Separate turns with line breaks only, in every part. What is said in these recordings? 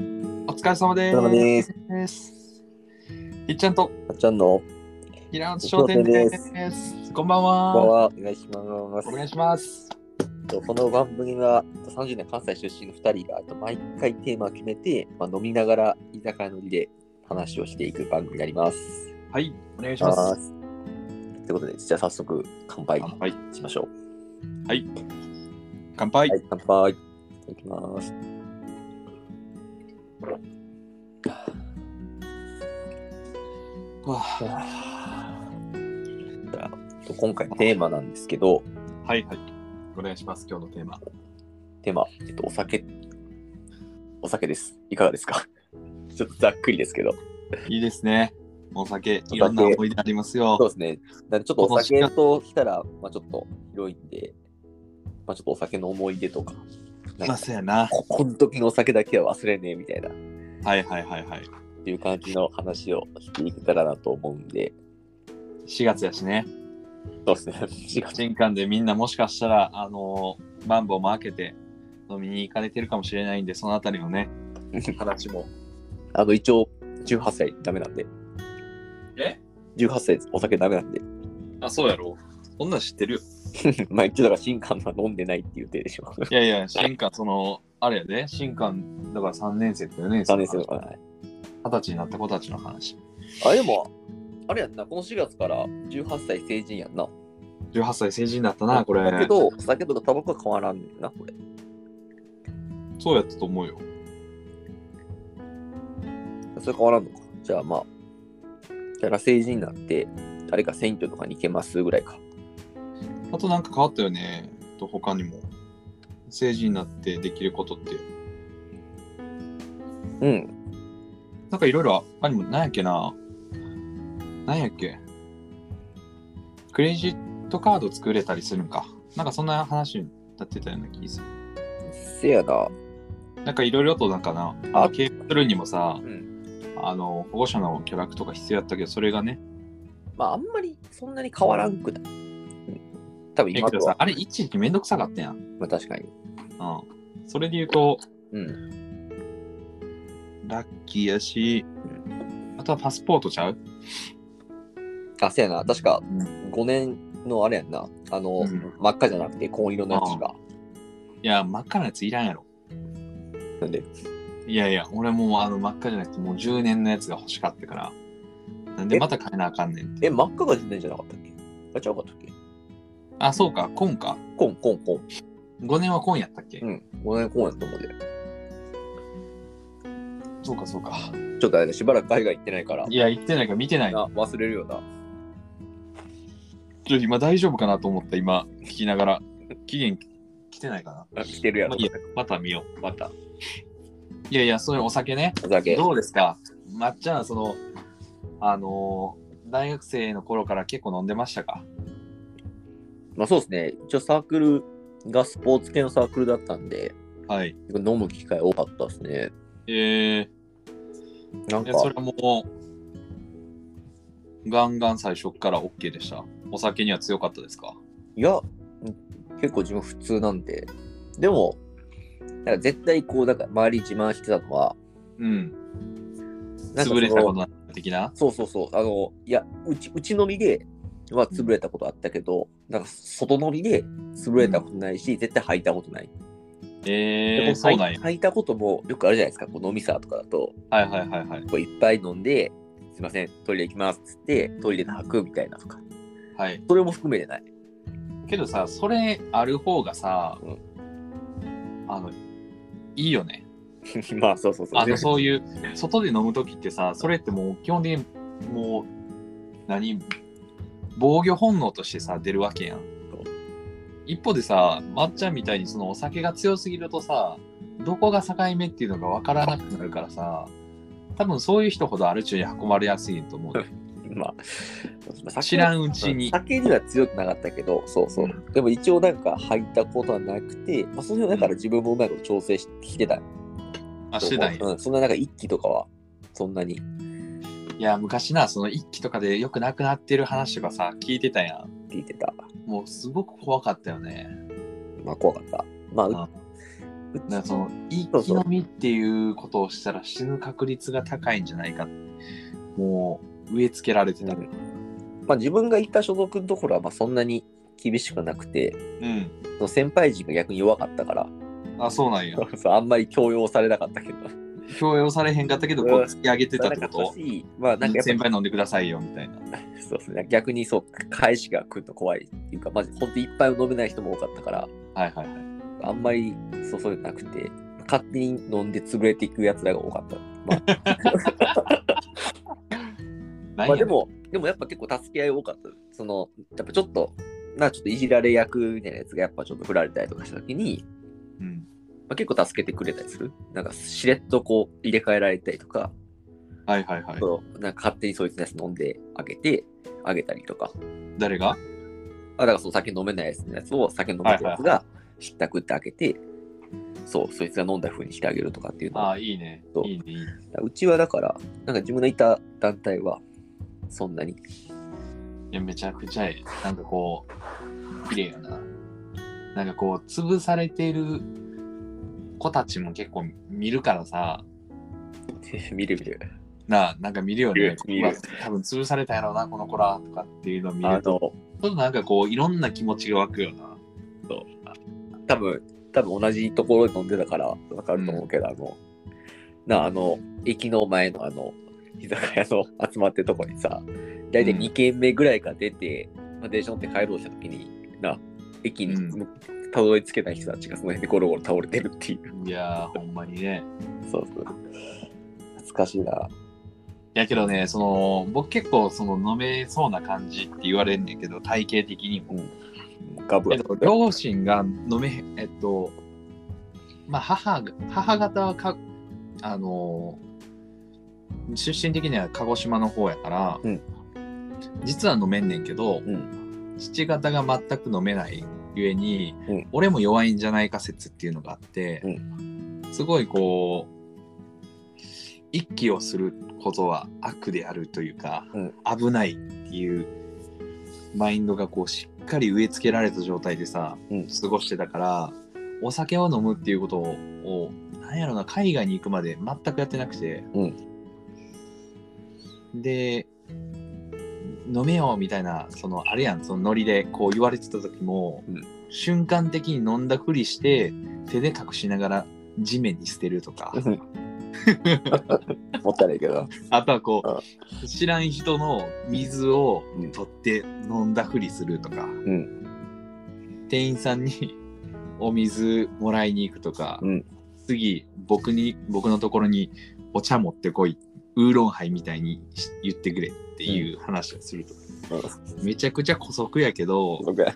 れ様で
お疲れ様ですす。。
いっちゃんと
あっちゃんの、
平松商店です。こんばん
こ
は
んばんは。お願いします。
お願いします。
とこの番組は30年関西出身の2人がと毎回テーマを決めて、まあ、飲みながら居酒屋のりで話をしていく番組になります。
はい、お願いします。
す。ということで、じゃあ早速乾杯
乾杯。
しましょう。
はい。乾杯。
はい、乾杯。いただきます。
わあ
じゃあと今回テーマなんですけど、
はいはい。お願いします。今日のテーマ。
テーマ、えっと、お酒、お酒です。いかがですか ちょっとざっくりですけど。
いいですね。お酒、いろんな思い出あります
そう
よ。
ですね。なんでちょっとお酒と来たら、まあちょっと広いんで、まあちょっとお酒の思い出とか、なん
まあ、
か
そうやな。
ここの時のお酒だけは忘れねえみたいな、っ
はいはいはいはい。
ていう感じの話をしていけたらなと思うんで、
4月やしね。
そうですね。4月
新館でみんなもしかしたら、あのー、マンボウも開けて飲みに行かれてるかもしれないんで、そのあたりのね、話も。
あの、一応、18歳ダメなんで、
え
18歳お酒ダメなんで、
あ、そうやろ。そんなん知ってるよ。
まあ一応だから新刊は飲んでないっていう手 でしょ。
いやいや、新館、その、あれやで、新館、だから3年生と4年生
3
の
年
話。
生のかな。
二十歳になった子たちの話。
あ、でも、あれやんな、この4月から18歳成人やんな。
18歳成人だったな、これ。
だけど、酒とかタバコは変わらんねんな、これ。
そうやったと思うよ。
それ変わらんのか。じゃあまあ、じゃあ成人になって、誰か選挙とかに行けますぐらいか。
あとなんか変わったよね。えっと他にも。成人になってできることって。
うん。
なんかいろいろ他にも、なんやっけな。なんやっけ。クレジットカード作れたりするんか。なんかそんな話になってたような気がする。
せやな。
なんかいろいろとなんかな、
あ
あの経営するにもさ、
ん。
あの、保護者の許諾とか必要やったけど、それがね、
まあ、あんまりそんなに変わらんくない。うん多分
えけ
今と
どさ
は、、
あれ、いちいちめんどくさかったやん。
まあ、確かに。
うん。それで言うと、
うん。
ラッキーやし、あとはパスポートちゃう
あ、せやな。確か
う
5年のあれやんな。あ
う
の、
ん
真っ赤じゃなくて、紺色のやつが。
いや、真っ赤なやついらんやろ。
なんで、
いやいや、俺もうあの真っ赤じゃなくて、もう10年のやつが欲しかったから。なんで
え
また買えなあかんねんって。
え、真っ赤が10年じゃなかったっけあ、ちゃうかったっけ
あ、そうか、今か。
コンコンコン。
5年は今やったっけ、
うん。5年コンやと思うで。
そうか、そうか。
ちょっとあれだしばらく海外行ってないから。
いや、言ってないから見てない。ち
な
ょ
忘れるよな。
っと今大丈夫かなと思った、今、聞きながら。期限来てないか
あ来てるや
な。
ろ
まあ、いい。やまた見よう、また。いやいや、それお酒ね。
お酒。
どうですかまっちゃん、その、あのー大学生の頃から結構飲んでましたか
まあそうですね、一応サークルがスポーツ系のサークルだったんで、
はい。
飲む機会多かったですね。
えー、
なん
え
か、
それも、ガンガン最初から OK でした。お酒には強かったですか
いや、結構自分普通なんで、でも、なんか絶対こう、なんか周りに自慢してたのは、
うん。
なんかそ
潰れたこと
の
ない的な
そうそうそう、あの、いや、うち、うち飲みで、は潰れたことあったけど、なんか外飲みで潰れたことないし、絶対吐いたことない。
え
で
ー、
こう
そうなん
吐い
や。
吐いたこともよくあるじゃないですか、こう飲みサーとかだと、
はいはいはいはい。
こういっぱい飲んで、すいません、トイレ行きますっつって、トイレで吐くみたいなとか。
はい、
それも含めてない。
けどさ、それある方がさ、
う
あの、いいよね。
まあそうそうそう。
あの、そういう、外で飲むときってさ、それってもう基本的に、もう、何、防御本能としてさ、出るわけやん
そう。
一方でさ、まっちゃんみたいにそのお酒が強すぎるとさ、どこが境目っていうのが分からなくなるからさ、多分そういう人ほどアル中に運ばれやすいと思うね。
まあ、
知らんうちに。
酒には強くなかったけど、そうそう。
うん
でも一応なんか入ったことはなくて、まあ、その辺だから自分もうまく調整ししてた。
あ、してたんや。
うん、そんななんか一気とかは、そんなに
いや、昔な、その一気とかでよくなくなってる話とかさ、聞いてたやん。
聞いてた。
もうすごく怖かったよね。
まあ怖かった。まあ、う
あ
う
だからその、い
そう
生き
そう
延みっていうことをしたら死ぬ確率が高いんじゃないかってもう植え付けられてた。うん。
まあ、自分が行った所属のところはまあそんなに厳しくなくて、その先輩陣が逆に弱かったから、
あ、そうなんや。
そうあんまり強要されなかったけど。
強要されへんかったけど、こう突き上げてたってこ
なんか
と
欲しいまあなんかや
先
っぱ
輩飲んでくださいよ、みたいな。
そうですね、逆にそう、返しが来ると怖いっていうか、まじ本当にいっぱい飲めない人も多かったから、
はいはいはい。
あんまりそうそうじゃなくて、勝手に飲んで潰れていくやつらが多かった。まあ、
何
ま
や
あでも、でもやっぱ結構助け合い多かった。その、やっぱちょっと、なんかちょっといじられ役みたいなやつがやっぱちょっと振られたりとかした時に、
うん。
まあ、結構助けてくれたりする。なんかしれっとこう入れ替えられたりとか、
はいはいはい。
そうなんか勝手にそいつのやつ飲んであげて、あげたりとか。
誰が
あだからそう酒飲めないやつのやつを酒飲めるやつがひったくってあげて、そう、そいつが飲んだ風にしてあげるとかっていうの
あ
は
あ、いいね
そ。う
いいね、いいね。
うちはだから、なんか自分のいた団体は、そんなに。
いや、めちゃくちゃええ。なんかこう、綺麗やな。なんかこう、潰されてる子たちも結構見るからさ、
見る見る。
なあ、なんか見るよ
見
ね
る。見
う
る
わ多分潰されたやろうな、この子ら、とかっていうのを見
あ
ると、
の、
ちょっとなんかこう、いろんな気持ちが湧くよな。
多分、多分同じところで飲んでたからわかると思うけど、あの、なあ、あの、駅の前のあの、居酒屋の集まってるとこにさ、大体
うん
2軒目ぐらいから出て、まあ、電車乗って帰ろうとした時に、な、駅に
う
たどり着けない人たちがその辺でゴロゴロ倒れてるっていう。
いやー、ほんまにね。
そうそう。懐かしいな。
いやけどね、その、僕結構、その、飲めそうな感じって言われるんやけど、体型的にも。
ガブ
えっ
ガ
と
ブ。
両親が飲めへん、えっと、まあ、母が、母方はか、あのー出身的には鹿児島の方やから、
うん
実は飲めんねんけど、
う
父方が全く飲めないゆえに、
うん
俺も弱いんじゃないか説っていうのがあって、
う
すごいこう、一気をすることは悪であるというか、
うん
危ないっていうマインドがこうしっかり植え付けられた状態でさ、
うん
過ごしてたからお酒を飲むっていうことをなんやろな海外に行くまで全くやってなくて、で飲めようみたいなそのあれやんそのノリでこう言われてた時も、
うん
瞬間的に飲んだふりして手で隠しながら地面に捨てるとか、
もったいないけど。
あとはこう知らん人の水を
うん
取って飲んだふりするとか、店員さんに お水もらいに行くとか、
うん
次僕に僕のところにお茶持ってこいウーロンハイみたいにし言ってくれっていう話をするとか、めちゃくちゃ姑息やけど
僕は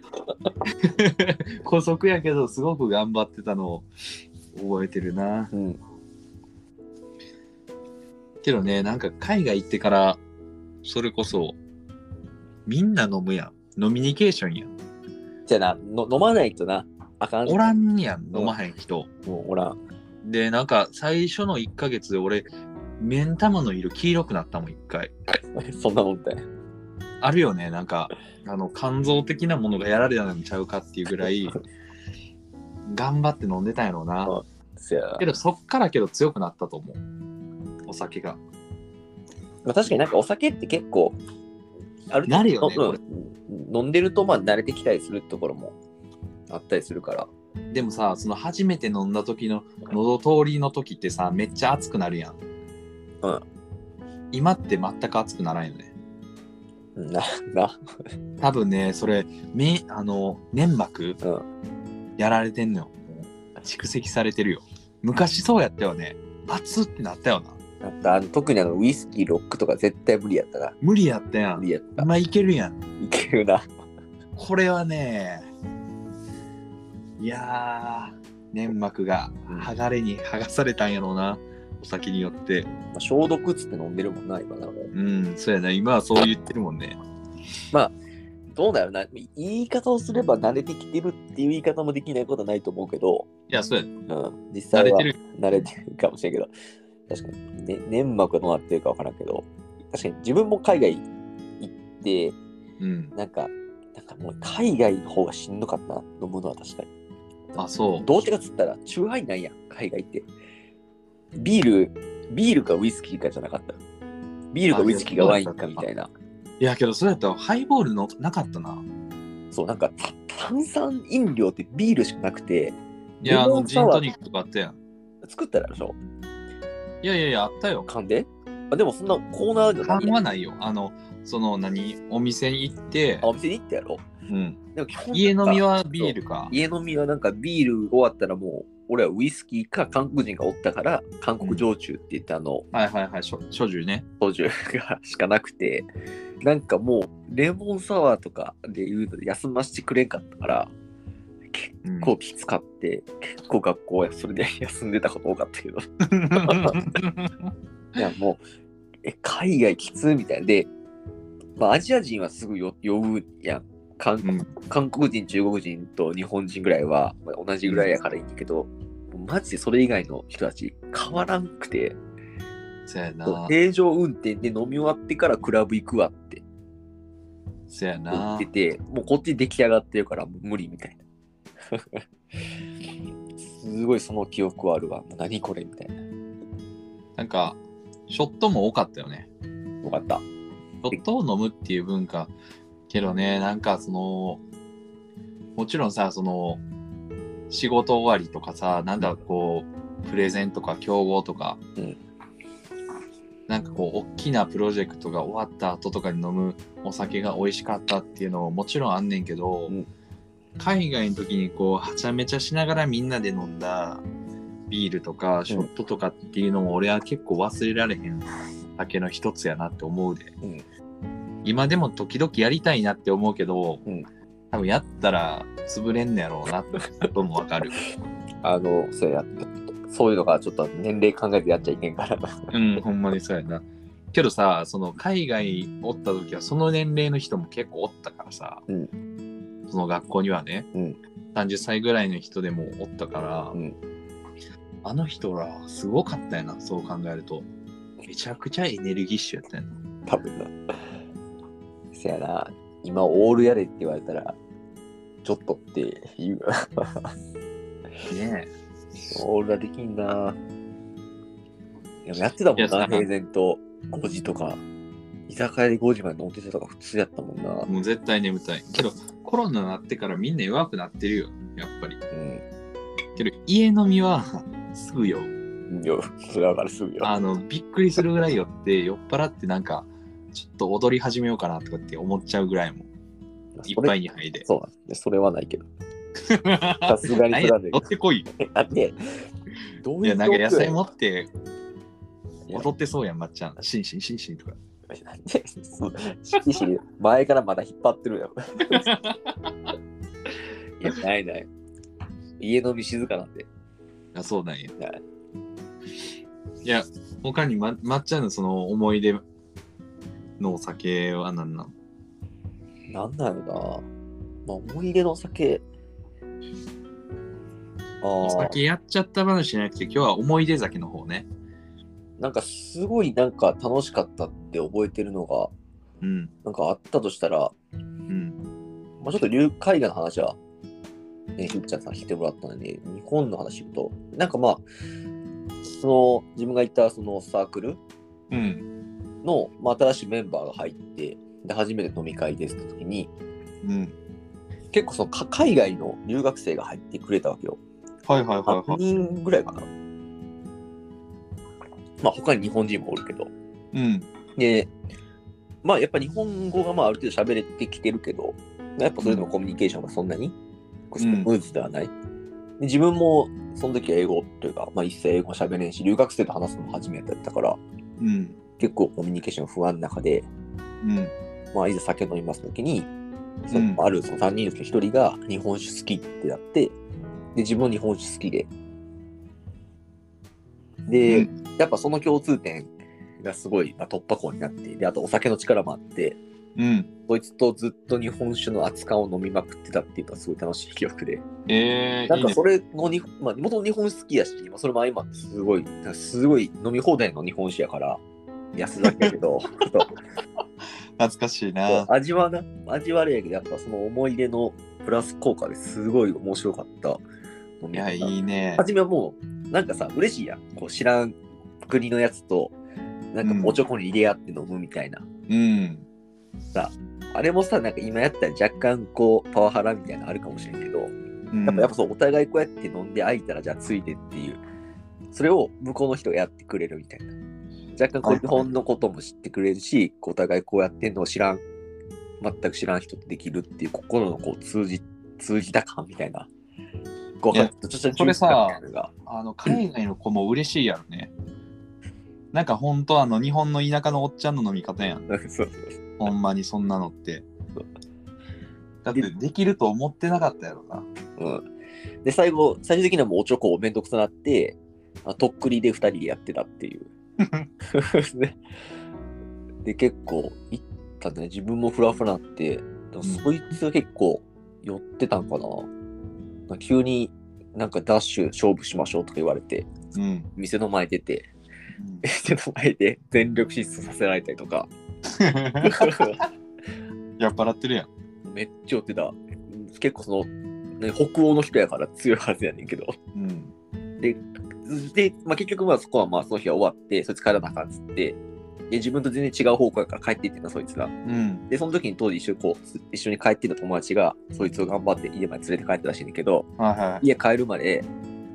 姑息やけどすごく頑張ってたのを覚えてるな。
うん。
けどね、なんか海外行ってから、それこそ、みんな飲むやん。飲みニケーションやん。
じゃあなの、飲まないとな。あかん。
おらんやん、飲まへん人。
もうおらん。
で、なんか最初の1ヶ月で俺、目ん玉の色黄色くなったもん、一回。
そんなもんだよ。
あるよね、なんか、あの、肝臓的なものがやられたんちゃうかっていうぐらい、頑張って飲んでたんやろうな。
そやな
けど、そっからけど強くなったと思う。お酒が。
まあ、確かになんかお酒って結構、ある
なるよね
うん
これ
うん飲んでると、まあ、慣れてきたりするところもあったりするから。
でもさ、その初めて飲んだ時の喉通りの時ってさ、めっちゃ熱くなるやん。
うん。
今って全く熱くならんよね。
うんな、な。
多分ね、それ、めあの、粘膜、
う
やられてんのよ。もう蓄積されてるよ。昔そうやったよね。バツってなったよな。
あったあの特にあのウイスキー、ロックとか絶対無理やったな。
無理やったや
無
ん。
理やった。
今いけるやん。
いけるな。
これはね、いやー、粘膜が剥がれに剥がされたんやろうな。お酒によって。
まあ消毒っつって飲んでるもんな、今な。
うん、そうやな。今はそう言ってるもんね。
どうだろうな。言い方をすれば慣れてきてるっていう言い方もできないことはないと思うけど、
いや、そうや。
うん、実
慣
際
れ
は
てる。
慣れてるかもしれんけど、確かに、ね、粘膜がどうなってるかわからんけど、確かに自分も海外行って、
うん。
なんか、なんかもう海外の方がしんどかったな、飲むのは確かに。
あ、そう。
どう違うっつったら、チューハイなんや、海外って。ビール、ビールかウイスキーかじゃなかった。ビールかウイスキーかワインかみたいな。
いや、けど、それやったらハイボールのなかったな。
そう、なんかた炭酸飲料ってビールしかなくて、
いや、あ
レモ
の、
ン
ジ
サ
ン
ワー
トニックとかあったやん。
作ったらあるでしょ
いやいやいや、あったよ。
缶であでもそんなコーナーじゃ
缶
ない。
はないよ。あの、その、何、お店に行って
あ、お店に行ったやろ
うん、
でも基本
家飲みはビールか。
家飲みはなんかビール終わったらもう俺はウイスキーか韓国人がおったから韓国焼酎って言ってあの
はいはいはい、しょ焼酎ね。
焼酎がしかなくてなんかもうレモンサワーとかで言うので休ませてくれんかったから結
うん
構きつかって結構学校はそれで休んでたこと多かったけどいやもうえ海外きつみたいなで、まあ、アジア人はすぐよ酔うやん韓国
うん
韓国人、中国人と日本人ぐらいはまあ同じぐらいやからいいんだけど、マジでそれ以外の人たち変わらんくて、
そやな。
平常運転で飲み終わってからクラブ行くわって
そや
言っ
な
て。て、もうこっち出来上がってるからもう無理みたいな。 すごいその記憶はあるわ。もう何これみたいな。
なんか、ショットも多かったよね。
よかった。
ショットを飲むっていう文化。けどね、なんかその、もちろんさ、その、仕事終わりとかさ、なんだこう、プレゼンとか競合とか、
うん
なんかこう、大きなプロジェクトが終わった後とかに飲むお酒が美味しかったっていうのももちろんあんねんけど、
うん
海外の時にこう、はちゃめちゃしながらみんなで飲んだビールとかショットとかっていうのも俺は結構忘れられへん酒の一つやなって思うで。
うん
今でも時々やりたいなって思うけど、
うん
多分やったら潰れんのやろうなってこともわかる。
あの、そうやそういうのがちょっと年齢考えてやっちゃいけんからな。
うん、ほんまにそうやな。けどさ、その海外おった時はその年齢の人も結構おったからさ、
う
その学校にはね、
うん
30歳ぐらいの人でもおったから、
うん
あの人らすごかったやな、そう考えると。めちゃくちゃエネルギッシュやったやな。
多分な。せやな、今オールやれって言われたら、ちょっとって言う。
ね
オールはできんな。でもやってたも
い
ん
や
な、
さ
平然と5時とか。居酒屋で5時まで飲んでたとか普通やったもんな。
え、もう絶対眠たい。けどコロナになってからみんな弱くなってるよ、やっぱり。
う
けど家飲みはすぐよ
ん。よ、それはわかるすぐよ。
あのびっくりするぐらいよって酔っ払ってなんかちょっと踊り始めようかなとかって思っちゃうぐらいもいっぱいに入 で
それそうなんで、それはないけど。さすがに
何や
それはない
乗ってこいよ
あって、どう
い
い
や
う
なんか野菜持
も
って
いや
踊ってそうやんまっちゃんシンシンシンシンとか
なんで、そう色紙前からまだ引っ張ってるやろ。いや、ないない。家飲み静かなんで。
あそうなんや
はい
や他にままっちゃんのその思い出のお酒は何なの
なんだろうな。まあ、思い出のお酒。あ
お
あ、
酒やっちゃった話じゃなくて今日は思い出酒の方ね
なんかすごいなんか楽しかったって覚えてるのが、
うん
なんかあったとしたら、
うん
まあ、ちょっと流絵画の話は、ね、ひっちゃんさん来てもらったので、日本の話言うと、なんかまあ、その自分が行ったそのサークル
うん
の、まあ、新しいメンバーが入って、で、初めて飲み会ですって時に、
うん
結構そのか海外の留学生が入ってくれたわけよ。
はいはいはいは
8
い
人ぐらいかな。まあ他に日本人もおるけど。
うん
で、まあやっぱ日本語がまあある程度喋れてきてるけど、やっぱそれでもコミュニケーションがそんなにこうスムーズではない。で自分もその時は英語というか、まあ一切英語も喋れんし、留学生と話すのも初めてだったから、
うん
結構コミュニケーション不安の中で、
うん
まあいざ酒飲みます時に、そ
うん
あるその3人のうち1人が日本酒好きってなって、で、自分も日本酒好きで。で、
う
やっぱその共通点がすごい、まあ、突破口になって、で、あとお酒の力もあって、
うん。
そいつとずっと日本酒の熱燗を飲みまくってたっていうのはすごい楽しい記憶で。
えー、
なんかそれのに、まあ、元々日本酒好きやし、まあ、それも相まってすごい、なんかすごい飲み放題の日本酒やから、安だけやけ ど、そう
いいね懐かしい
そう
な。
味はな味はあれやけどやっぱその思い出のプラス効果ですごい面白かった飲
い
み
や、
会
いいね。
初めはもう、なんかさ、嬉しいやん。こう知らん国のやつと、なんかおちょこに入れ合って飲むみたいな。
うん。
あれもさ、なんか今やったら若干こう、パワハラみたいなのあるかもしれんけど、
うん
やっぱやっぱそう、お互いこうやって飲んで空いたら、じゃあついてっていう、それを向こうの人がやってくれるみたいな。若干こ
は
う
いはい
日本のことも知ってくれるし、こうお互いこうやってんのを知らん、全く知らん人とできるっていう心のこう通じ、通じた感みたいな。こう、
いや
ちょっとした
それさ
充実感みたいなのが
あの海外の子も嬉しいやろね。なんかほんとあの日本の田舎のおっちゃんの飲み方やん。
そうそうそう
ほんまにそんなのって。だってできると思ってなかったやろな。
うん、で、最後、最終的にはもうおちょこをめんどくさなって、あとっくりで2人でやってたっていう。ね で、結構行ったね。自分もフラフラなって、でもそいつが結構寄ってたんかな。なんか急になんかダッシュ勝負しましょうとか言われて、
うん。
店の前出て、
うん
店の前で全力疾走させられたりとか。
酔っ払ってるやん。
めっちゃ寄ってた。結構その、ね、北欧の人やから強いはずやねんけど。
うん。
で、まあ、結局まあそこはまあその日は終わって、そいつ帰らなあかんっつって、で自分と全然違う方向やから帰っていってんだ、そいつが。
うん。
で、その時に当時一緒にこう、す一緒に帰ってた友達が、そいつを頑張って家まで連れて帰ったらしいんだけど、
はいはい。
家帰るまで、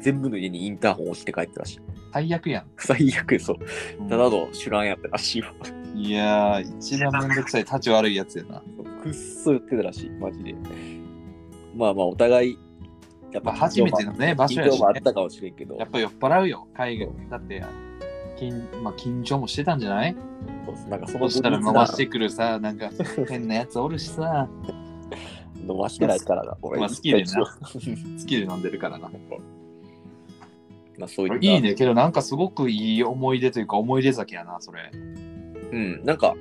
全部の家にインターホン押して帰ったらしい。
最悪やん。
最悪そう。
うん
ただの手乱やったらしいわ。
いやー、一番めんどくさい、立ち悪いやつやな。
くっそ言ってたらしい、マジで。まあまあ、お互い、やっ
ま
ぱ
あ、初めてのね、場所
緊
や
張
し、
もあっ
ね、
たかもしれんけど、
やっぱ酔っ払うよ、海外。だって、緊まあ、緊張もしてたんじゃない
なんかそ
そ
の後日
したら
な
飲ましてくるさ、なんか変なやつおるしさ、
飲ましてないからな、俺。
まあ好きでな好きで飲んでるからな。
まあそういった
いいね、けどなんかすごくいい思い出というか思い出酒やな、それ。
うん、なんか、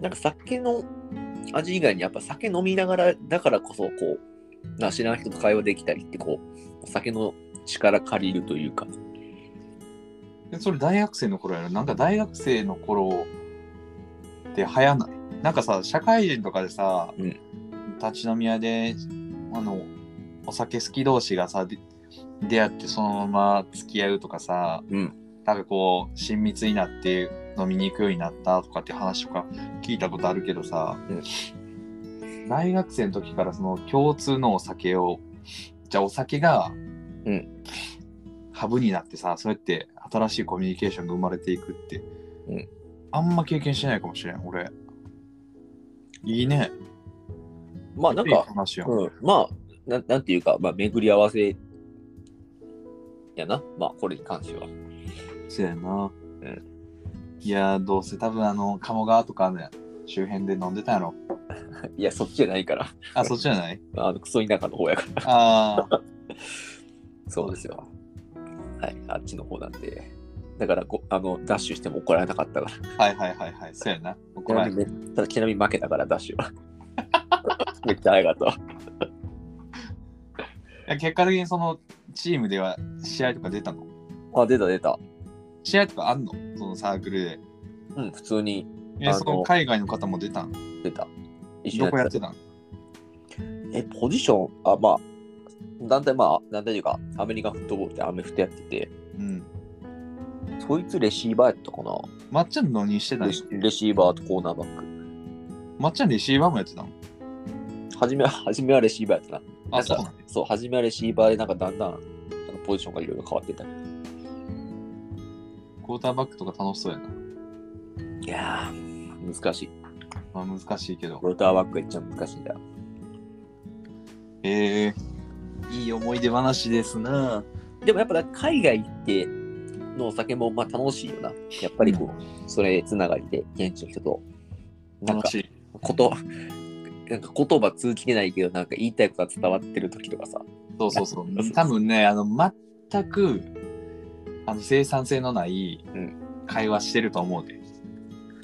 なんか酒の味以外にやっぱ酒飲みながらだからこそこう、な知らん人と会話できたりってこう、お酒の力借りるというか、
でそれ大学生の頃やろ。なんか大学生の頃って流行んない。なんかさ、社会人とかでさ、
うん
立ち飲み屋で、あの、お酒好き同士がさ、で出会ってそのまま付き合うとかさ、
うん
なんかこう、親密になって飲みに行くようになったとかって話とか聞いたことあるけどさ、大学生の時からその共通のお酒を、じゃあお酒が、
ん
ハブになってさ、そうやって新しいコミュニケーションが生まれていくって、
うん
あんま経験してないかもしれん、俺。いいね。
まあなん
いい
か、
話よ。
うん、まあなん、なんていうか、まあ巡り合わせやな、まあこれに関しては。
そうやな。
ん
いやー、どうせ多分あの、鴨川とかね、周辺で飲んでたやろ。
いや、そっちじゃないから、
あ、そっちじゃない
あのクソ田舎の方やから。
ああ、
そうですよ。はい、あっちの方なんで。だからこあの、ダッシュしても怒られなかったから。
はいはいはいはい。そうやな。
ち
怒
な
ら
み
れ
に
る
めただちなみに負けたからダッシュは。 めっちゃ早かった。
いや結果的にそのチームでは試合とか出たの
あ、出た出た。
試合とかあんのそのサークルで。
うん、普通にあ
え、
の
その海外の方も出たの
出た。一緒
ど
に
こ
や
やっ
ってて
たの
た。え、ポジション、あ、まあ、団体、まあ、団体というか、アメリカンフットボールってアメフトやってて、
うん。
そいつレシーバーやったかな。
まっちゃん何してたの
レシレシーバーとコーナーバッ
まっちゃんレシーバーもやってたの
ク。初めは、 初めはレシーバーやったな。
あ、
なんか
そうなん
そう、初めはレシーバーで、なんかだんだん、なんかポジションがいろいろ変わってた。
クォーターバックとか楽しそうやな。
いやー、難しい。
まあ難しいけど。
ローターバックが一番難しいんだよ。
ええいい思い出話ですな。
でもやっぱだ海外行ってのお酒もまあ楽しいよな。やっぱりこう、それつながりで現地の人と、なん
楽
か
しい。
こと、なんか言葉通じてないけど、なんか言いたいことが伝わってる時とかさ。
そうそうそ
そうそう
う。多分ね、あの、全く、あの、生産性のない
うん
会話してると思うで。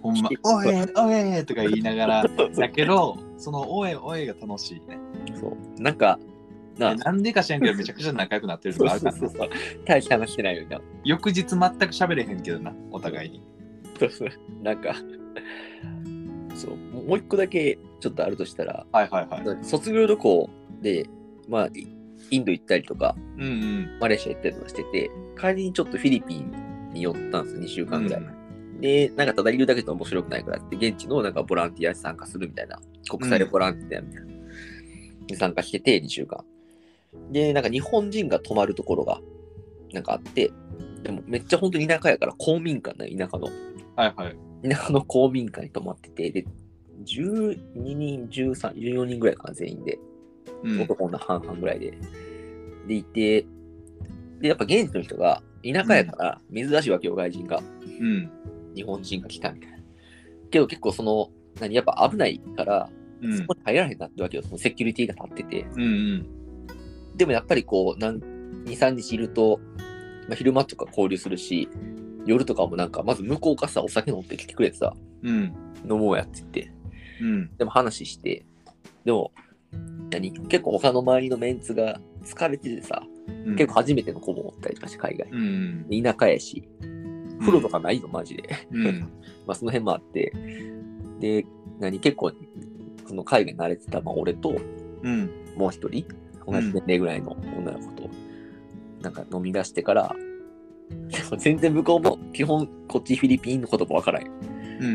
ほんま
そう、
おえおえとか言いながら、
そ
だけど、そのおえおえが楽しいね。
う。なんか、な
でなんでか知らんけど、めちゃくちゃ仲良くなってるとかあるから
そう
な
そうそう大して話してないよな。
翌日全く喋れへんけどな、お互いに。
そうそうなんか、そう、もう一個だけちょっとあるとしたら、
はいはいはい。
卒業旅行で、まあ、いインド行ったりとか、
うんうん。
マレーシア行ったりとかしてて、帰りにちょっとフィリピンに寄ったんです、2週間ぐらい。
う
で、なんかただいるだけで面白くないからって、現地のなんかボランティアに参加するみたいな、国際ボランティアみたいな、に参加してて、2週間。で、なんか日本人が泊まるところが、なんかあって、でもめっちゃ本当に田舎やから、公民館だよ、田舎の。
はいはい。
田舎の公民館に泊まってて、で、12人、13、14人ぐらいかな、全員で。
うん。
男女半々ぐらいで。で、いて、で、やっぱ現地の人が、田舎やから、珍しいわけよ、外人が。
うん。
日本人が来たみたいな。けど結構その、何、やっぱ危ないから、
うん
そこに入られへんなってわけよ、そのセキュリティが立ってて。
うんうん。
でもやっぱりこう、なん2、3日いると、まあ、昼間とか交流するし、夜とかもなんか、まず向こうがさ、お酒飲んできてくれてさ、
うん。
飲もうやって言って、
うん。
でも話して、でも、何結構他の周りのメンツが疲れててさ、
うん
結構。初めての子もおったりとかして、海外。
うん。
で田舎やし、風呂とかないの、マジで。
うん。
まあ、その辺もあって、で、何、結構、その海外に慣れてた、まあ、俺と、
うん。
もう一人、同じ年齢ぐらいの女の子と、なんか飲み出してから、 でも全然向こうも、基本、こっちフィリピンの言葉わからへん。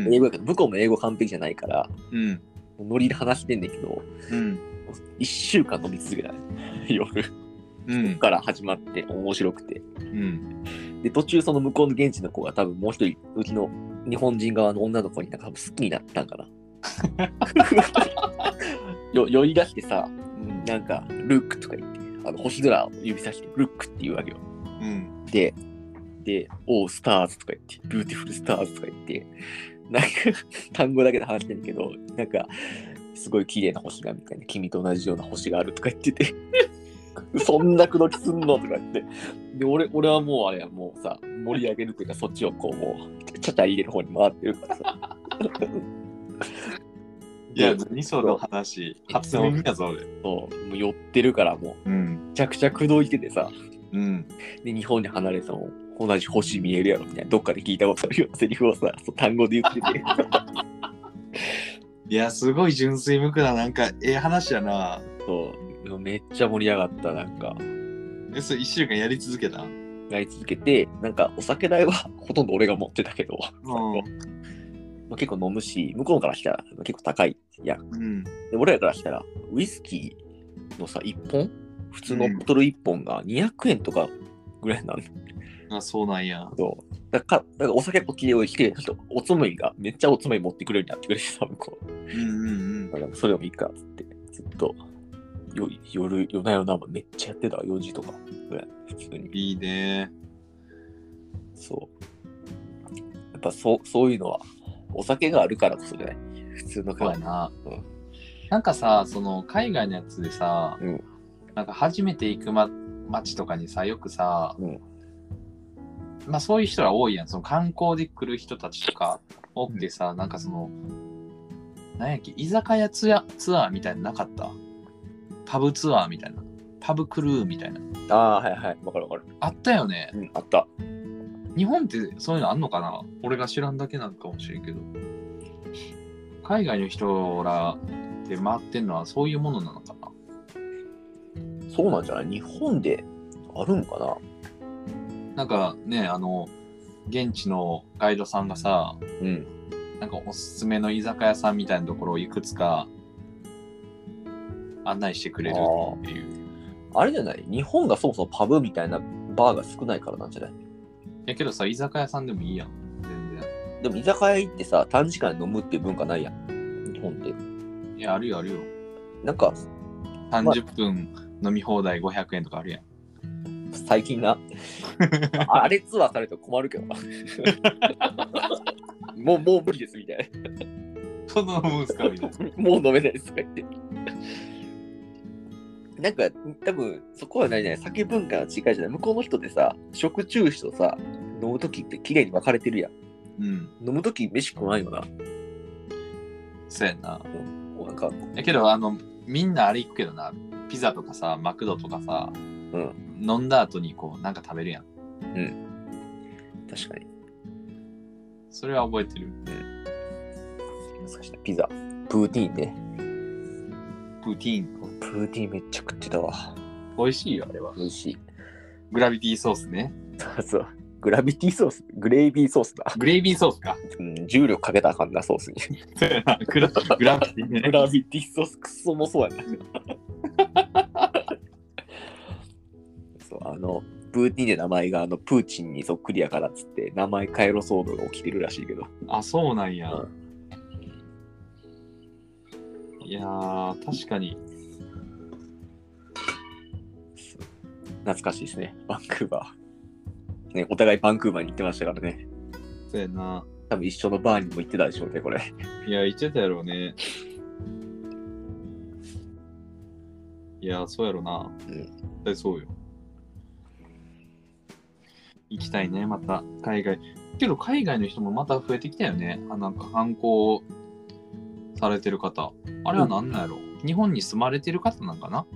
うん。
英語やけど、向こうも英語完璧じゃないから、
うん。
ノリで話してんだけど、
うん。
1週間飲み続けたね 夜
うん。
から始まって、面白くて。
うん。
で、途中、その向こうの現地の子が多分もう一人、うちの日本人側の女の子になんか多分好きになったんかな。よ酔い出してさ、なんか、ルックとか言って、あの星空を指さして、ルックって言うわけよ。
うん。
で、で、おう、スターズとか言って、ビューティフルスターズとか言って、なんか 単語だけで話してるけど、なんか、すごい綺麗な星がみたいな、君と同じような星があるとか言ってて、 そんな口説きすんのとか言って、で、俺、俺はもうあれや、もうさ、盛り上げるというか、そっちをこう、もう、ちゃちゃ入れる方に回ってるか らさ。
いや、何その話。初耳やぞ、俺。
そう、もう寄ってるから、もう、
うん。
めちゃくちゃ口説いててさ、
うん。
で日本に離れても同じ星見えるやろみたいなどっかで聞いたことあるようなセリフをさそう単語で言っ てて
いや、すごい純粋無垢な、なんか、ええ話やな。
そうめっちゃ盛り上がったなんか
え、それ1週間やり続けた
やり続けてなんかお酒代はほとんど俺が持ってたけど、
う
まあ結構飲むし向こうからしたら結構高いやん
ん。
で俺らからしたらウイスキーのさ1本普通の
うん
ボトル1本が200円とかぐらいなんだけ
あ、そうなんや。
ど、だからだからお酒こっちで用意してちょっとおつむいがめっちゃおつむい持ってくるようになってくれてさ向こう
うんうん
あでもそれでもいいかっつって、ずっとよ夜、夜な夜なもめっちゃやってたわ、4時とかぐらい、普通
うん。
に。
いいね。
そう。やっぱそうそういうのは、お酒があるからこそじゃない普通の
そう
会
やな
うん。
なんかさ、その海外のやつでさ、
うん
なんか初めて行く、ま、街とかにさ、よくさ、
うん
まあそういう人が多いやん。その観光で来る人たちとか多くてさ、なんかその、なんやっけ、居酒屋ツアツアーみたいなのなかったパブツアーみたいな。パブクルーみたいな。
ああ、はいはい、わかるわかる。
あったよね。
うん、あった。
日本ってそういうのあんのかな俺が知らんだけなんかもしれんけど。海外の人らって回ってんのはそういうものなのかな
そうなんじゃない日本であるんかな
なんかね、あの、現地のガイドさんがさ、
うん。
なんかおすすめの居酒屋さんみたいなところをいくつか案内してくれるっていう。
あれじゃない日本がそもそもパブみたいなバーが少ないからなんじゃない
やけどさ、居酒屋さんでもいいやん。全
でも居酒屋行ってさ、短時間に飲むっていう文化ないやん。日本って。
然。いや、あるよあるよ。
なんか、
30分飲み放題500円とかあるやん。
最近なああれツアーされると困るけど なもうもう無理ですみたい
そんなもんすかみたいな。
なもう飲めないですとか言ってなんか多分そこはないじゃない酒文化の違いじゃない向こうの人ってさ食中酒とさ飲む時って綺麗に分かれてるやん
うん。
飲む時飯食わんよな
そうやんな。
なんか
やけどあのみんなあれ行くけどなピザとかさマクドとかさ、
ん
飲んだ後にこうなんか食べるやん
確かに
それは覚えてる
難しいなピザプーティーンね
プーティーン
プーティーンめっちゃ食ってたわ
美味しいよ、あれは。
美味しい。
グラビティソースね。
そうそう。グラビティソース、グレイビーソースだ。
グレイビーソースか。
うん、重力かけたらあかんな、ソースに。
グラグラビティ
グ
ね。
ラビティソース、クソもそうやな。そう、あの、プーティンで名前があのプーチンにそっくりやからっつって、名前変えろ騒動が起きてるらしいけど。
あ、そうなんや
う。
いやー、確かに。
懐かしいですね、バンクーバー。ね、お互いバンクーバーに行ってましたからね。
そうやな。
多分一緒のバーにも行ってたでしょうね、これ。
いや、言ってたやろうね。いや、そうやろな。
うん
絶対そうよ。行きたいね、また、海外。けど、海外の人もまた増えてきたよね。あなんか、反抗されてる方。あれは何なんやろ、日本に住まれてる方なんかな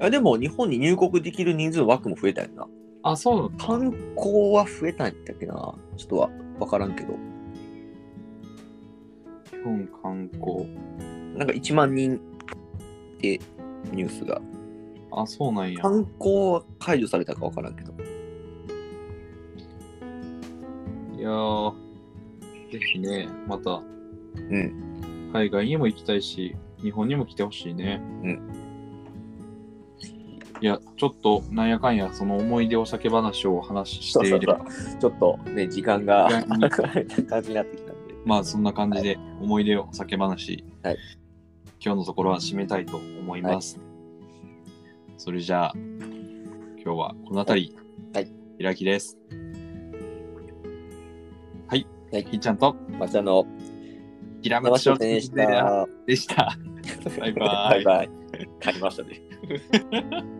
あでも、日本に入国できる人数の枠も増えたよな。
あ、そうか。
観光は増えたんだっけな。ちょっとは分からんけど。
日本観光。
なんか1万人ってニュースが。
あ、そうなんや。
観光は解除されたか分からんけど。
いやー、ぜひね、また、
ん
海外にも行きたいし、日本にも来てほしいね。
うん
いや、ちょっと、なんやかんや、その思い出お酒話をお話ししていれば、
ちょっとね、時間が
時間に
感じになってきたんで。
まあ、そんな感じで、思い出お酒話、
はい
今日のところは締めたいと思います。それじゃあ、今日はこの辺り、
はい、
開きです。はい、
はい
ひーちゃんと、
またあの、
平
生
松
商
商
店
店
で
で
し。
したた。でした。バイバイ
バイバイ。帰りましたね。